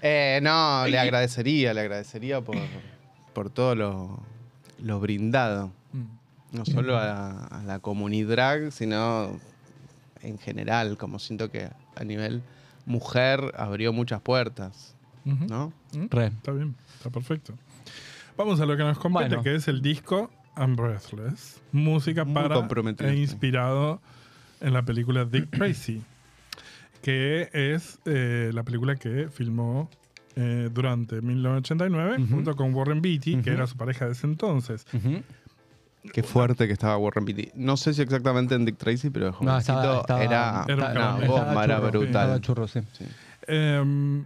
[SPEAKER 5] Eh, no, le agradecería, le agradecería por, por todo lo, lo brindado.
[SPEAKER 2] Mm.
[SPEAKER 5] No solo a, a la comunidad, sino en general, como siento que a nivel mujer abrió muchas puertas,
[SPEAKER 2] Ujú.
[SPEAKER 5] ¿no?
[SPEAKER 1] Re.
[SPEAKER 2] Está bien, está perfecto. Vamos a lo que nos compete,
[SPEAKER 1] Bueno.
[SPEAKER 2] que es el disco I'm Breathless. Música
[SPEAKER 5] Muy
[SPEAKER 2] para
[SPEAKER 5] comprometido,
[SPEAKER 2] e
[SPEAKER 5] sí.
[SPEAKER 2] inspirado en la película Dick Tracy, que es eh, la película que filmó eh, durante 1989 junto con Warren Beatty, que era su pareja de ese entonces.
[SPEAKER 5] Qué fuerte que estaba Warren Beatty. No sé si exactamente en Dick Tracy, pero de
[SPEAKER 1] No, estaba,
[SPEAKER 5] jovencito
[SPEAKER 1] estaba-
[SPEAKER 5] era,
[SPEAKER 2] Era un
[SPEAKER 5] no,
[SPEAKER 2] caballo.
[SPEAKER 1] estaba
[SPEAKER 5] Goma era
[SPEAKER 1] churro, sí,
[SPEAKER 5] brutal.
[SPEAKER 1] Estaba churro, sí.
[SPEAKER 2] Em,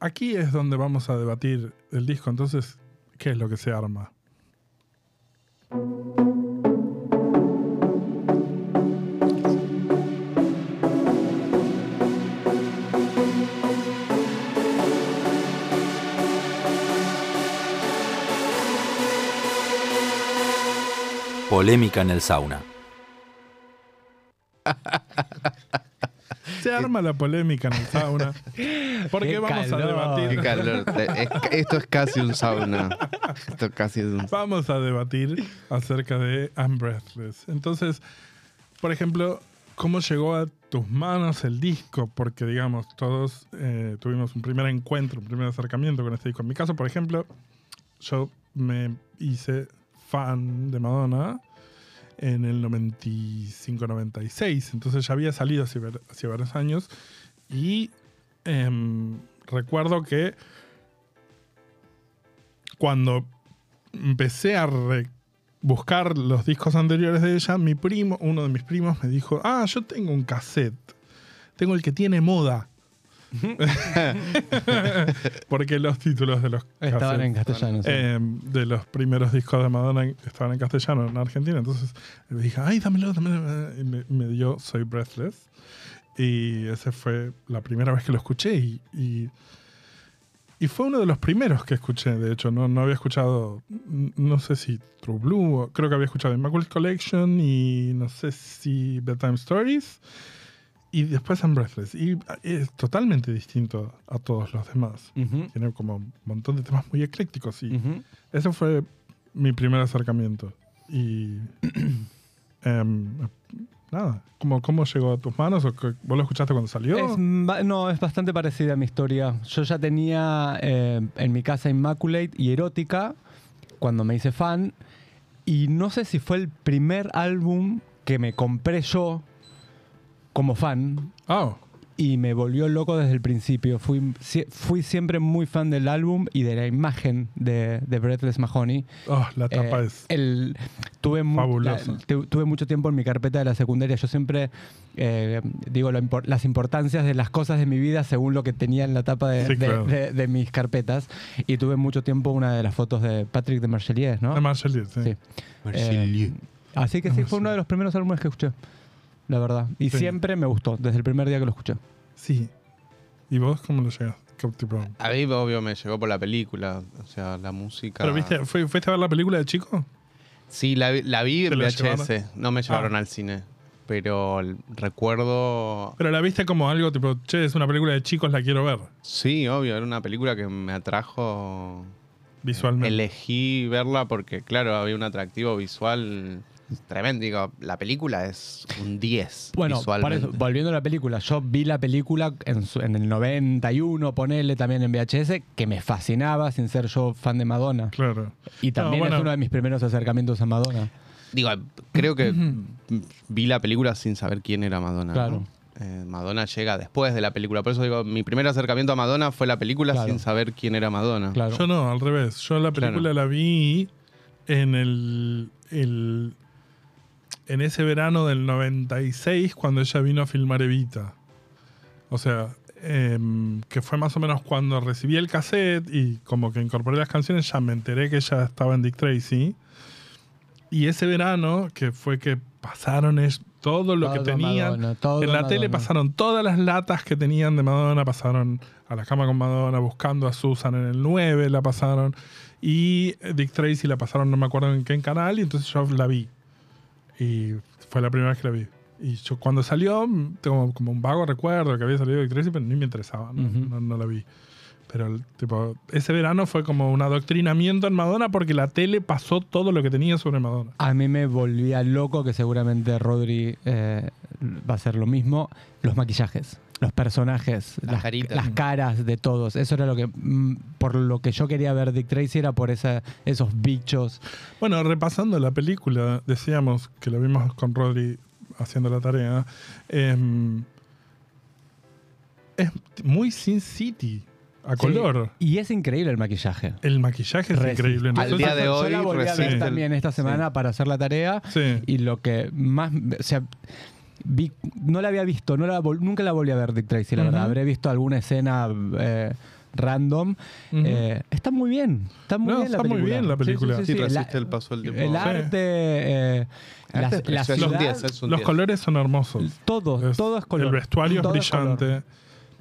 [SPEAKER 2] aquí es donde vamos a debatir el disco, entonces, ¿qué es lo que se arma?
[SPEAKER 6] Polémica en el sauna.
[SPEAKER 2] Se arma la polémica en el sauna. Porque
[SPEAKER 1] Eh, Qué
[SPEAKER 2] vamos a
[SPEAKER 1] calor.
[SPEAKER 2] debatir.
[SPEAKER 5] Qué calor. Te- es- esto es casi un sauna. Esto casi es un
[SPEAKER 2] Vamos a debatir acerca de I'm Breathless. Entonces, por ejemplo, ¿cómo llegó a tus manos el disco? Porque, digamos, todos eh, tuvimos un primer encuentro, un primer acercamiento con este disco. En mi caso, por ejemplo, yo me hice fan de Madonna en el 95-96. Entonces ya había salido hace, var- hace varios años. Y em, recuerdo que cuando empecé a re- buscar los discos anteriores de ella, mi primo, uno de mis primos me dijo, ah, yo tengo un cassette. Tengo el que tiene moda. Porque los títulos de los
[SPEAKER 1] Estaban en castellano. sí.
[SPEAKER 2] eh, de los primeros discos de Madonna en- estaban en castellano en Argentina. Entonces le dije, ay, dámelo, dámelo. Y me, me dio Soy Breathless. Y esa fue la primera vez que lo escuché. Y, y Y fue uno de los primeros que escuché, de hecho, no, no había escuchado, n- no sé si True Blue, o- creo que había escuchado Immaculate Collection y no sé si Bedtime Stories y después I'm Breathless. Y eh, es totalmente distinto a todos los demás.
[SPEAKER 1] Ujú,
[SPEAKER 2] Tiene como un montón de temas muy eclécticos y
[SPEAKER 1] ujú.
[SPEAKER 2] ese fue mi primer acercamiento. Y. em, nada. ¿Cómo, ¿Cómo llegó a tus manos? ¿O qué- ¿Vos lo escuchaste cuando salió?
[SPEAKER 1] Es ba- no, es bastante parecida a mi historia. Yo ya tenía eh, en mi casa Immaculate y Erótica cuando me hice fan. Y no sé si fue el primer álbum que me compré yo como fan
[SPEAKER 2] Oh,
[SPEAKER 1] y me volvió loco desde el principio. Fui, sie- fui siempre muy fan del álbum y de la imagen de, de Breathless Mahoney.
[SPEAKER 2] oh, la tapa
[SPEAKER 1] Eh,
[SPEAKER 2] es.
[SPEAKER 1] el- tuve, mu-
[SPEAKER 2] fabulosa.
[SPEAKER 1] la- tu- tuve mucho tiempo en mi carpeta de la secundaria. Yo siempre eh, digo lo impor- las importancias de las cosas de mi vida según lo que tenía en la tapa de,
[SPEAKER 2] Sí,
[SPEAKER 1] de-
[SPEAKER 2] claro.
[SPEAKER 1] de- de mis carpetas. Y tuve mucho tiempo una de las fotos de Patrick de Marchelier, ¿no?
[SPEAKER 2] La Marshall, sí.
[SPEAKER 1] Sí. Eh, así que sí, fue uno de los primeros álbumes que escuché. La verdad. Y
[SPEAKER 2] Sí.
[SPEAKER 1] siempre me gustó, desde el primer día que lo escuché.
[SPEAKER 2] Sí. ¿Y vos cómo lo llegas? ¿Qué tipo?
[SPEAKER 5] A mí, obvio, me llegó por la película. O sea, la música.
[SPEAKER 2] ¿Pero viste, fui- fuiste a ver la película de chico?
[SPEAKER 5] Sí, la, vi- la vi
[SPEAKER 2] ¿Te
[SPEAKER 5] en
[SPEAKER 2] la
[SPEAKER 5] VHS. No me llevaron
[SPEAKER 2] Ah.
[SPEAKER 5] al cine. Pero el- recuerdo.
[SPEAKER 2] Pero la viste como algo tipo, che, es una película de chicos, la quiero ver
[SPEAKER 5] Sí, obvio, era una película que me atrajo.
[SPEAKER 2] visualmente.
[SPEAKER 5] Elegí verla porque, claro, había un atractivo visual tremendo. Digo, la película es un 10.
[SPEAKER 1] Bueno, para
[SPEAKER 5] visualmente.
[SPEAKER 1] eso, volviendo a la película, yo vi la película en, su- en el 91, ponele también en VHS, que me fascinaba sin ser yo fan de Madonna.
[SPEAKER 2] Claro.
[SPEAKER 1] Y también
[SPEAKER 2] bueno.
[SPEAKER 1] es uno de mis primeros acercamientos a Madonna.
[SPEAKER 5] Digo, creo que vi la película sin saber quién era Madonna. ¿no?
[SPEAKER 1] Claro.
[SPEAKER 5] Eh, Madonna llega después de la película. Por eso digo, mi primer acercamiento a Madonna fue la película
[SPEAKER 1] Claro.
[SPEAKER 5] sin saber quién era Madonna.
[SPEAKER 1] Claro.
[SPEAKER 2] Yo no, al revés. Yo la película la vi en el, el- en ese verano del 96 cuando ella vino a filmar Evita. O sea, em, que fue más o menos cuando recibí el cassette y como que incorporé las canciones, ya me enteré que ella estaba en Dick Tracy. Y ese verano, que fue que pasaron es, todo lo que
[SPEAKER 1] Todo
[SPEAKER 2] tenían.
[SPEAKER 1] Madonna, todo
[SPEAKER 2] en la
[SPEAKER 1] Madonna.
[SPEAKER 2] tele pasaron todas las latas que tenían de Madonna, pasaron a la cama con Madonna, buscando a Susan en el 9, la pasaron. Y Dick Tracy la pasaron, no me acuerdo en qué canal, y entonces yo la vi. Y fue la primera vez que la vi. Y yo cuando salió, tengo como un vago recuerdo de que había salido Dick Tracy, pero ni me interesaba, no,
[SPEAKER 1] Ujú.
[SPEAKER 2] no, no la vi. Pero tipo, ese verano fue como un adoctrinamiento en Madonna porque la tele pasó todo lo que tenía sobre Madonna.
[SPEAKER 1] A mí me volvía loco, que seguramente Rodri eh, va a hacer lo mismo, los maquillajes, los personajes,
[SPEAKER 5] Las caritas.
[SPEAKER 1] las caras de todos. Eso era lo que, mm, por lo que yo quería ver Dick Tracy, era por esa, esos bichos.
[SPEAKER 2] Bueno, repasando la película, decíamos que la vimos con Rodri haciendo la tarea. em, es muy Sin City a color.
[SPEAKER 1] Sí. Y es increíble el maquillaje.
[SPEAKER 2] El maquillaje es
[SPEAKER 1] Resist.
[SPEAKER 2] increíble.
[SPEAKER 5] Al
[SPEAKER 2] Entonces,
[SPEAKER 5] día de
[SPEAKER 1] Yo
[SPEAKER 5] hoy,
[SPEAKER 1] la volví a ver
[SPEAKER 2] resiste.
[SPEAKER 1] también esta semana para hacer la tarea.
[SPEAKER 2] Sí.
[SPEAKER 1] Y lo que más. O sea, vi- no la había visto, no la vol- nunca la volví a ver Dick Tracy, la
[SPEAKER 2] Ujú.
[SPEAKER 1] verdad. Habré visto alguna escena eh, random.
[SPEAKER 2] Ujú.
[SPEAKER 1] Eh, está muy bien. Está muy
[SPEAKER 2] No,
[SPEAKER 1] bien la
[SPEAKER 2] está muy
[SPEAKER 1] película.
[SPEAKER 2] bien la película.
[SPEAKER 5] Sí, resiste
[SPEAKER 1] La-
[SPEAKER 5] el paso del
[SPEAKER 1] el
[SPEAKER 5] tiempo.
[SPEAKER 2] Sí.
[SPEAKER 1] arte, eh, la,
[SPEAKER 5] Arte
[SPEAKER 1] la
[SPEAKER 5] es precioso, es un
[SPEAKER 1] ciudad,
[SPEAKER 5] 10, es un
[SPEAKER 2] Los
[SPEAKER 5] 10.
[SPEAKER 2] colores son hermosos.
[SPEAKER 1] todo,
[SPEAKER 2] Es-
[SPEAKER 1] todo es color.
[SPEAKER 2] El vestuario es
[SPEAKER 1] Todo color.
[SPEAKER 2] brillante.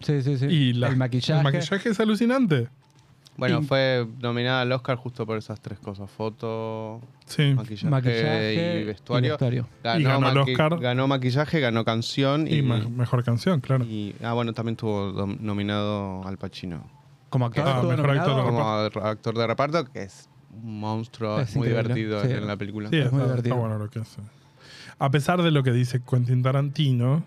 [SPEAKER 1] Sí, sí, sí.
[SPEAKER 2] Y la-
[SPEAKER 1] el maquillaje.
[SPEAKER 2] el maquillaje es alucinante.
[SPEAKER 5] Bueno,
[SPEAKER 1] Y-
[SPEAKER 5] fue nominada al Oscar justo por esas tres cosas: foto,
[SPEAKER 2] Sí.
[SPEAKER 5] maquillaje,
[SPEAKER 1] Maquillaje
[SPEAKER 5] y
[SPEAKER 1] y
[SPEAKER 5] vestuario.
[SPEAKER 1] vestuario.
[SPEAKER 5] Ganó,
[SPEAKER 2] Y ganó el
[SPEAKER 5] maqui-
[SPEAKER 2] Oscar.
[SPEAKER 5] ganó maquillaje, ganó canción y,
[SPEAKER 2] Y me- mejor canción, claro.
[SPEAKER 5] y- ah, bueno, también estuvo dom- nominado Al Pacino
[SPEAKER 1] Como actor,
[SPEAKER 2] Ah,
[SPEAKER 1] estuvo
[SPEAKER 2] mejor
[SPEAKER 1] nominado.
[SPEAKER 2] actor.
[SPEAKER 5] como actor de reparto, que es un monstruo,
[SPEAKER 1] Es
[SPEAKER 5] es muy
[SPEAKER 1] increíble,
[SPEAKER 5] divertido
[SPEAKER 1] sí.
[SPEAKER 5] en la película.
[SPEAKER 2] Sí,
[SPEAKER 1] Es muy
[SPEAKER 2] está- está
[SPEAKER 1] divertido.
[SPEAKER 2] bueno lo que hace. A pesar de lo que dice Quentin Tarantino,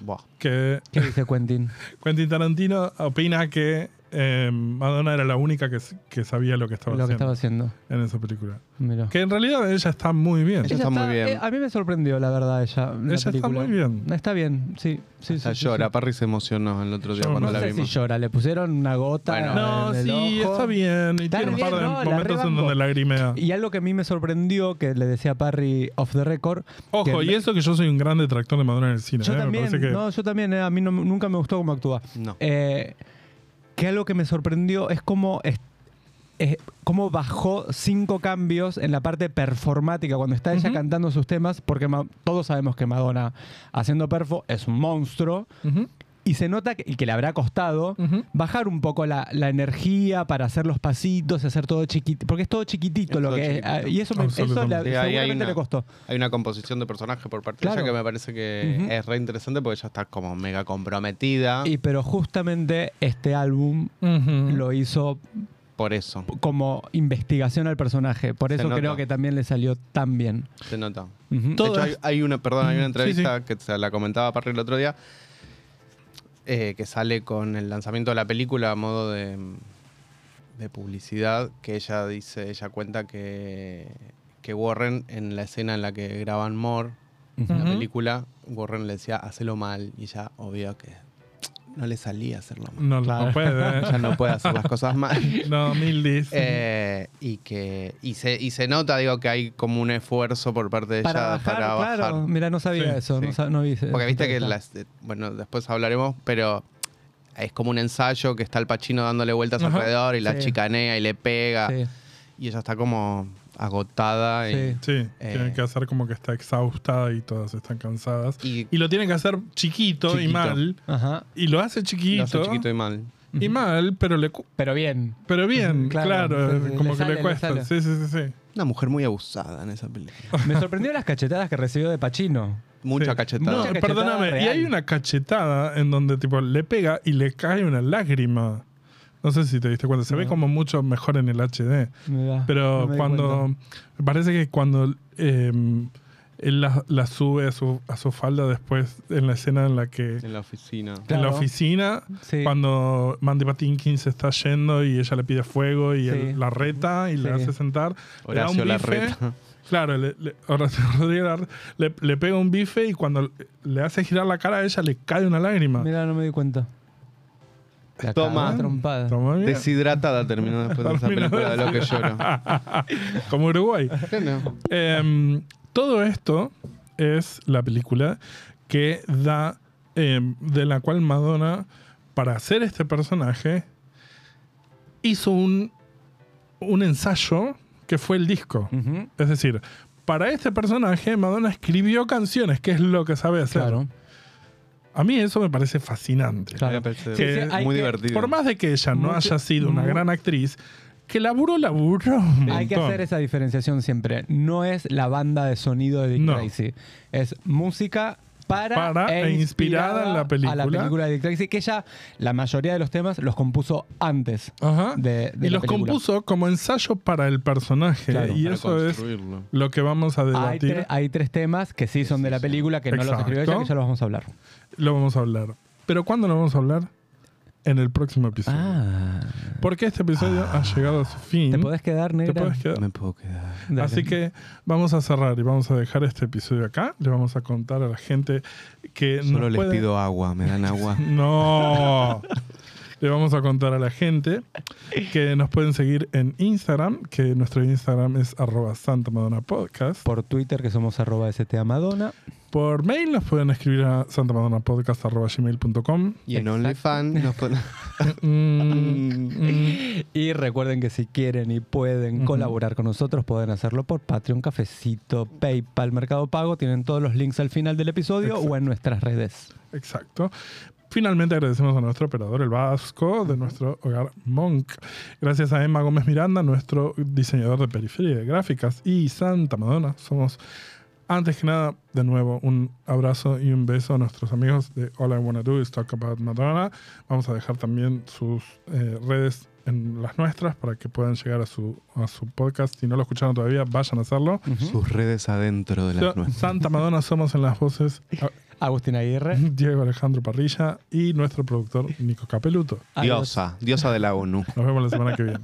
[SPEAKER 5] Buah.
[SPEAKER 2] que
[SPEAKER 1] ¿Qué dice Quentin?
[SPEAKER 2] Quentin Tarantino opina que eh, Madonna era la única que, s- que sabía lo que estaba
[SPEAKER 1] lo que estaba
[SPEAKER 2] haciendo
[SPEAKER 1] haciendo.
[SPEAKER 2] en esa película.
[SPEAKER 1] Mira.
[SPEAKER 2] Que en realidad ella está muy bien.
[SPEAKER 5] Ella- está muy bien.
[SPEAKER 1] eh, a mí me sorprendió, la verdad, ella. la
[SPEAKER 2] Ella está
[SPEAKER 1] película.
[SPEAKER 2] muy bien.
[SPEAKER 1] Está bien, sí. sí,
[SPEAKER 5] Hasta
[SPEAKER 1] sí, sí,
[SPEAKER 5] llora,
[SPEAKER 1] sí.
[SPEAKER 5] Parry se emocionó el otro día
[SPEAKER 2] Yo
[SPEAKER 5] cuando
[SPEAKER 1] No
[SPEAKER 5] la
[SPEAKER 1] sé si
[SPEAKER 5] vimos.
[SPEAKER 1] llora, le pusieron una gota.
[SPEAKER 5] Bueno.
[SPEAKER 2] No,
[SPEAKER 1] en el
[SPEAKER 2] sí,
[SPEAKER 1] ojo.
[SPEAKER 2] está bien. Y
[SPEAKER 1] Está
[SPEAKER 2] tiene un
[SPEAKER 1] bien,
[SPEAKER 2] par de
[SPEAKER 1] no, la
[SPEAKER 2] momentos en
[SPEAKER 1] rebanco.
[SPEAKER 2] donde lagrimea.
[SPEAKER 1] Y algo que a mí me sorprendió, que le decía a Parry off the record.
[SPEAKER 2] Ojo,
[SPEAKER 1] que
[SPEAKER 2] y eso que yo soy un gran detractor de Madonna en el cine.
[SPEAKER 1] Yo
[SPEAKER 2] eh, me
[SPEAKER 1] también,
[SPEAKER 2] parece que
[SPEAKER 1] no, yo también, eh, a mí no- nunca me gustó cómo actúa.
[SPEAKER 5] No.
[SPEAKER 1] Eh, que algo que me sorprendió es cómo, es, es cómo bajó cinco cambios en la parte performática cuando está ella cantando sus temas, porque Ma- todos sabemos que Madonna haciendo perfo es un monstruo.
[SPEAKER 2] Ujú.
[SPEAKER 1] Y se nota que, y que le habrá costado bajar un poco la, la energía para hacer los pasitos, hacer todo chiquitito, porque es todo chiquitito
[SPEAKER 5] Es
[SPEAKER 1] lo
[SPEAKER 5] todo
[SPEAKER 1] que es. Ah,
[SPEAKER 5] chiquitito.
[SPEAKER 1] Y eso, me, eso le-
[SPEAKER 2] Absolutamente.
[SPEAKER 5] Sí, ahí hay
[SPEAKER 1] seguramente
[SPEAKER 5] una-
[SPEAKER 1] le costó.
[SPEAKER 5] Hay una composición de personaje por parte de
[SPEAKER 1] Claro.
[SPEAKER 5] ella que me parece que
[SPEAKER 1] Ujú.
[SPEAKER 5] es re interesante porque ella está como mega comprometida
[SPEAKER 1] Y, pero justamente este álbum lo hizo
[SPEAKER 5] por eso.
[SPEAKER 1] como investigación al personaje. Por
[SPEAKER 5] Se
[SPEAKER 1] eso
[SPEAKER 5] nota.
[SPEAKER 1] creo que también le salió tan bien.
[SPEAKER 5] Se nota.
[SPEAKER 1] Ujú.
[SPEAKER 5] de hecho, hay, hay una, perdón, hay una
[SPEAKER 2] Mm, sí, sí.
[SPEAKER 5] entrevista que se la comentaba Parry el otro día eh, que sale con el lanzamiento de la película a modo de, de publicidad que ella dice, ella cuenta que, que Warren en la escena en la que graban More, en la
[SPEAKER 2] Ujú.
[SPEAKER 5] película, Warren le decía, hacelo mal y ella obvio que no le salía hacerlo mal.
[SPEAKER 2] No, no puede. eh.
[SPEAKER 5] Ella no puede hacer las cosas mal.
[SPEAKER 2] No, Mildis.
[SPEAKER 5] Eh, y que y se, y se nota, digo, que hay como un esfuerzo por parte de
[SPEAKER 1] Para
[SPEAKER 5] ella
[SPEAKER 1] bajar,
[SPEAKER 5] para bajar.
[SPEAKER 1] claro. Mira, no sabía
[SPEAKER 2] Sí,
[SPEAKER 1] eso.
[SPEAKER 5] sí.
[SPEAKER 1] No, sa- no vi ese-
[SPEAKER 5] Porque viste que,
[SPEAKER 1] esa
[SPEAKER 5] las, eh, bueno, después hablaremos, pero es como un ensayo que está el Pachino dándole vueltas
[SPEAKER 2] Ajá.
[SPEAKER 5] alrededor y la
[SPEAKER 1] Sí.
[SPEAKER 5] chicanea y le pega.
[SPEAKER 1] entrevista.
[SPEAKER 5] Y ella está como agotada. y-
[SPEAKER 1] Sí.
[SPEAKER 2] sí,
[SPEAKER 5] eh,
[SPEAKER 2] tienen que hacer como que está exhausta y todas están cansadas.
[SPEAKER 5] Y,
[SPEAKER 2] Y lo tienen que hacer chiquito, y
[SPEAKER 5] Chiquito.
[SPEAKER 2] mal.
[SPEAKER 1] Ajá.
[SPEAKER 2] Y lo hace chiquito,
[SPEAKER 5] lo hace chiquito y mal.
[SPEAKER 2] y... mal, pero le cu-
[SPEAKER 1] Pero bien.
[SPEAKER 2] pero bien,
[SPEAKER 1] Ujú, claro,
[SPEAKER 2] claro, eh,
[SPEAKER 1] sí, sí, le
[SPEAKER 2] como que
[SPEAKER 1] sale,
[SPEAKER 2] le
[SPEAKER 1] le
[SPEAKER 2] cuesta.
[SPEAKER 1] sale.
[SPEAKER 2] sí, sí, sí, sí.
[SPEAKER 5] Una mujer muy abusada en esa película.
[SPEAKER 1] Me sorprendió las cachetadas que recibió de Pachino.
[SPEAKER 5] Mucha
[SPEAKER 2] Sí.
[SPEAKER 5] cachetada.
[SPEAKER 1] Mucha
[SPEAKER 2] No,
[SPEAKER 1] cachetada
[SPEAKER 2] perdóname, y
[SPEAKER 1] real.
[SPEAKER 2] hay una cachetada en donde tipo le pega y le cae una lágrima. No sé si te diste cuenta, se ve
[SPEAKER 1] No.
[SPEAKER 2] como mucho mejor en el HD. Pero cuando. Me parece que cuando eh, él la, la sube a su, a su falda después en la escena en la que.
[SPEAKER 5] En la oficina.
[SPEAKER 2] En la
[SPEAKER 1] Claro.
[SPEAKER 2] oficina,
[SPEAKER 1] Sí.
[SPEAKER 2] cuando Mandy Patinkin se está yendo y ella le pide fuego y
[SPEAKER 1] Sí.
[SPEAKER 2] él la reta y le
[SPEAKER 1] Sí.
[SPEAKER 2] hace sentar. le da un
[SPEAKER 5] Horacio la
[SPEAKER 2] bife,
[SPEAKER 5] reta.
[SPEAKER 2] Claro, le, le- Horacio Rodríguez Larreta le, le pega un bife y cuando le hace girar la cara a ella le cae una lágrima.
[SPEAKER 1] Mira, no me di cuenta. La
[SPEAKER 5] Toma.
[SPEAKER 1] cagó Trompada.
[SPEAKER 2] Toma, mira.
[SPEAKER 5] Deshidratada terminó después de esa
[SPEAKER 2] Terminó
[SPEAKER 5] película de lo que lloro.
[SPEAKER 2] Como Uruguay.
[SPEAKER 5] Claro.
[SPEAKER 2] Em, todo esto es la película que da, em, de la cual Madonna, para hacer este personaje, hizo un, un ensayo que fue el disco.
[SPEAKER 1] Ujú,
[SPEAKER 2] Es decir, para este personaje, Madonna escribió canciones, que es lo que sabe hacer.
[SPEAKER 1] Claro.
[SPEAKER 2] A mí eso me parece fascinante.
[SPEAKER 1] Claro.
[SPEAKER 5] Me parece
[SPEAKER 2] Sí, sí,
[SPEAKER 1] hay
[SPEAKER 5] muy
[SPEAKER 1] que-
[SPEAKER 5] divertido.
[SPEAKER 2] Por más de que ella no
[SPEAKER 1] Mucho-
[SPEAKER 2] haya sido una
[SPEAKER 1] mu-
[SPEAKER 2] gran actriz, que laburo, laburo. un
[SPEAKER 1] Hay que
[SPEAKER 2] montón.
[SPEAKER 1] hacer esa diferenciación siempre. No es la banda de sonido de Dick
[SPEAKER 2] No.
[SPEAKER 1] Tracy. Es música para,
[SPEAKER 2] Para e inspirada en la
[SPEAKER 1] a la
[SPEAKER 2] película.
[SPEAKER 1] película de Dick Tracy, que ella, la mayoría de los temas, los compuso antes.
[SPEAKER 2] Ajá.
[SPEAKER 1] de- de
[SPEAKER 2] y
[SPEAKER 1] la
[SPEAKER 2] los
[SPEAKER 1] película.
[SPEAKER 2] compuso como ensayo para el personaje.
[SPEAKER 1] Claro.
[SPEAKER 2] y
[SPEAKER 5] Para
[SPEAKER 2] eso es
[SPEAKER 5] construirlo.
[SPEAKER 2] lo que vamos a
[SPEAKER 1] Hay,
[SPEAKER 2] debatir.
[SPEAKER 1] tre- hay tres temas que sí son de la película, que no los escribió ella,
[SPEAKER 2] Exacto.
[SPEAKER 1] que ya los vamos a hablar.
[SPEAKER 2] Lo vamos a hablar. ¿Pero cuándo lo vamos a hablar? En el próximo episodio.
[SPEAKER 1] Ah.
[SPEAKER 2] Porque este episodio ha llegado a su fin.
[SPEAKER 1] Te podés quedar,
[SPEAKER 2] Te
[SPEAKER 1] negra.
[SPEAKER 2] podés quedar.
[SPEAKER 5] Me puedo quedar.
[SPEAKER 1] Dale.
[SPEAKER 2] Así que vamos a cerrar y vamos a dejar este episodio acá. Le vamos a contar a la gente que
[SPEAKER 5] Solo
[SPEAKER 2] nos
[SPEAKER 5] les
[SPEAKER 2] puede-
[SPEAKER 5] pido agua, me dan agua.
[SPEAKER 2] No. Le vamos a contar a la gente que nos pueden seguir en Instagram, que nuestro Instagram es arroba Santa Madonna Podcast.
[SPEAKER 1] Por Twitter, que somos arroba STAmadonna.
[SPEAKER 2] Por mail nos pueden escribir a santamadonapodcast.gmail.com.
[SPEAKER 5] Y en OnlyFans nos pon-
[SPEAKER 2] Mm,
[SPEAKER 1] Y recuerden que si quieren y pueden
[SPEAKER 2] Ujú.
[SPEAKER 1] colaborar con nosotros, pueden hacerlo por Patreon, Cafecito, PayPal, Mercado Pago. Tienen todos los links al final del episodio o en nuestras redes.
[SPEAKER 2] Exacto. Finalmente agradecemos a nuestro operador, el Vasco, de nuestro hogar Monk. Gracias a Emma Gómez Miranda, nuestro diseñador de periferia de gráficas, y Santa Madonna. Somos, antes que nada, de nuevo, un abrazo y un beso a nuestros amigos de All I Wanna Do Is Talk About Madonna. Vamos a dejar también sus eh, redes en las nuestras para que puedan llegar a su, a su podcast. Si no lo escucharon todavía, vayan a hacerlo.
[SPEAKER 5] sus redes adentro de las nuestras.
[SPEAKER 2] Santa Madonna somos en las voces. A-
[SPEAKER 1] Agustín Aguirre.
[SPEAKER 2] Diego Alejandro Parrilla y nuestro productor Nico Capeluto.
[SPEAKER 1] adiós.
[SPEAKER 5] Diosa, diosa de la ONU.
[SPEAKER 2] Nos vemos la semana que viene.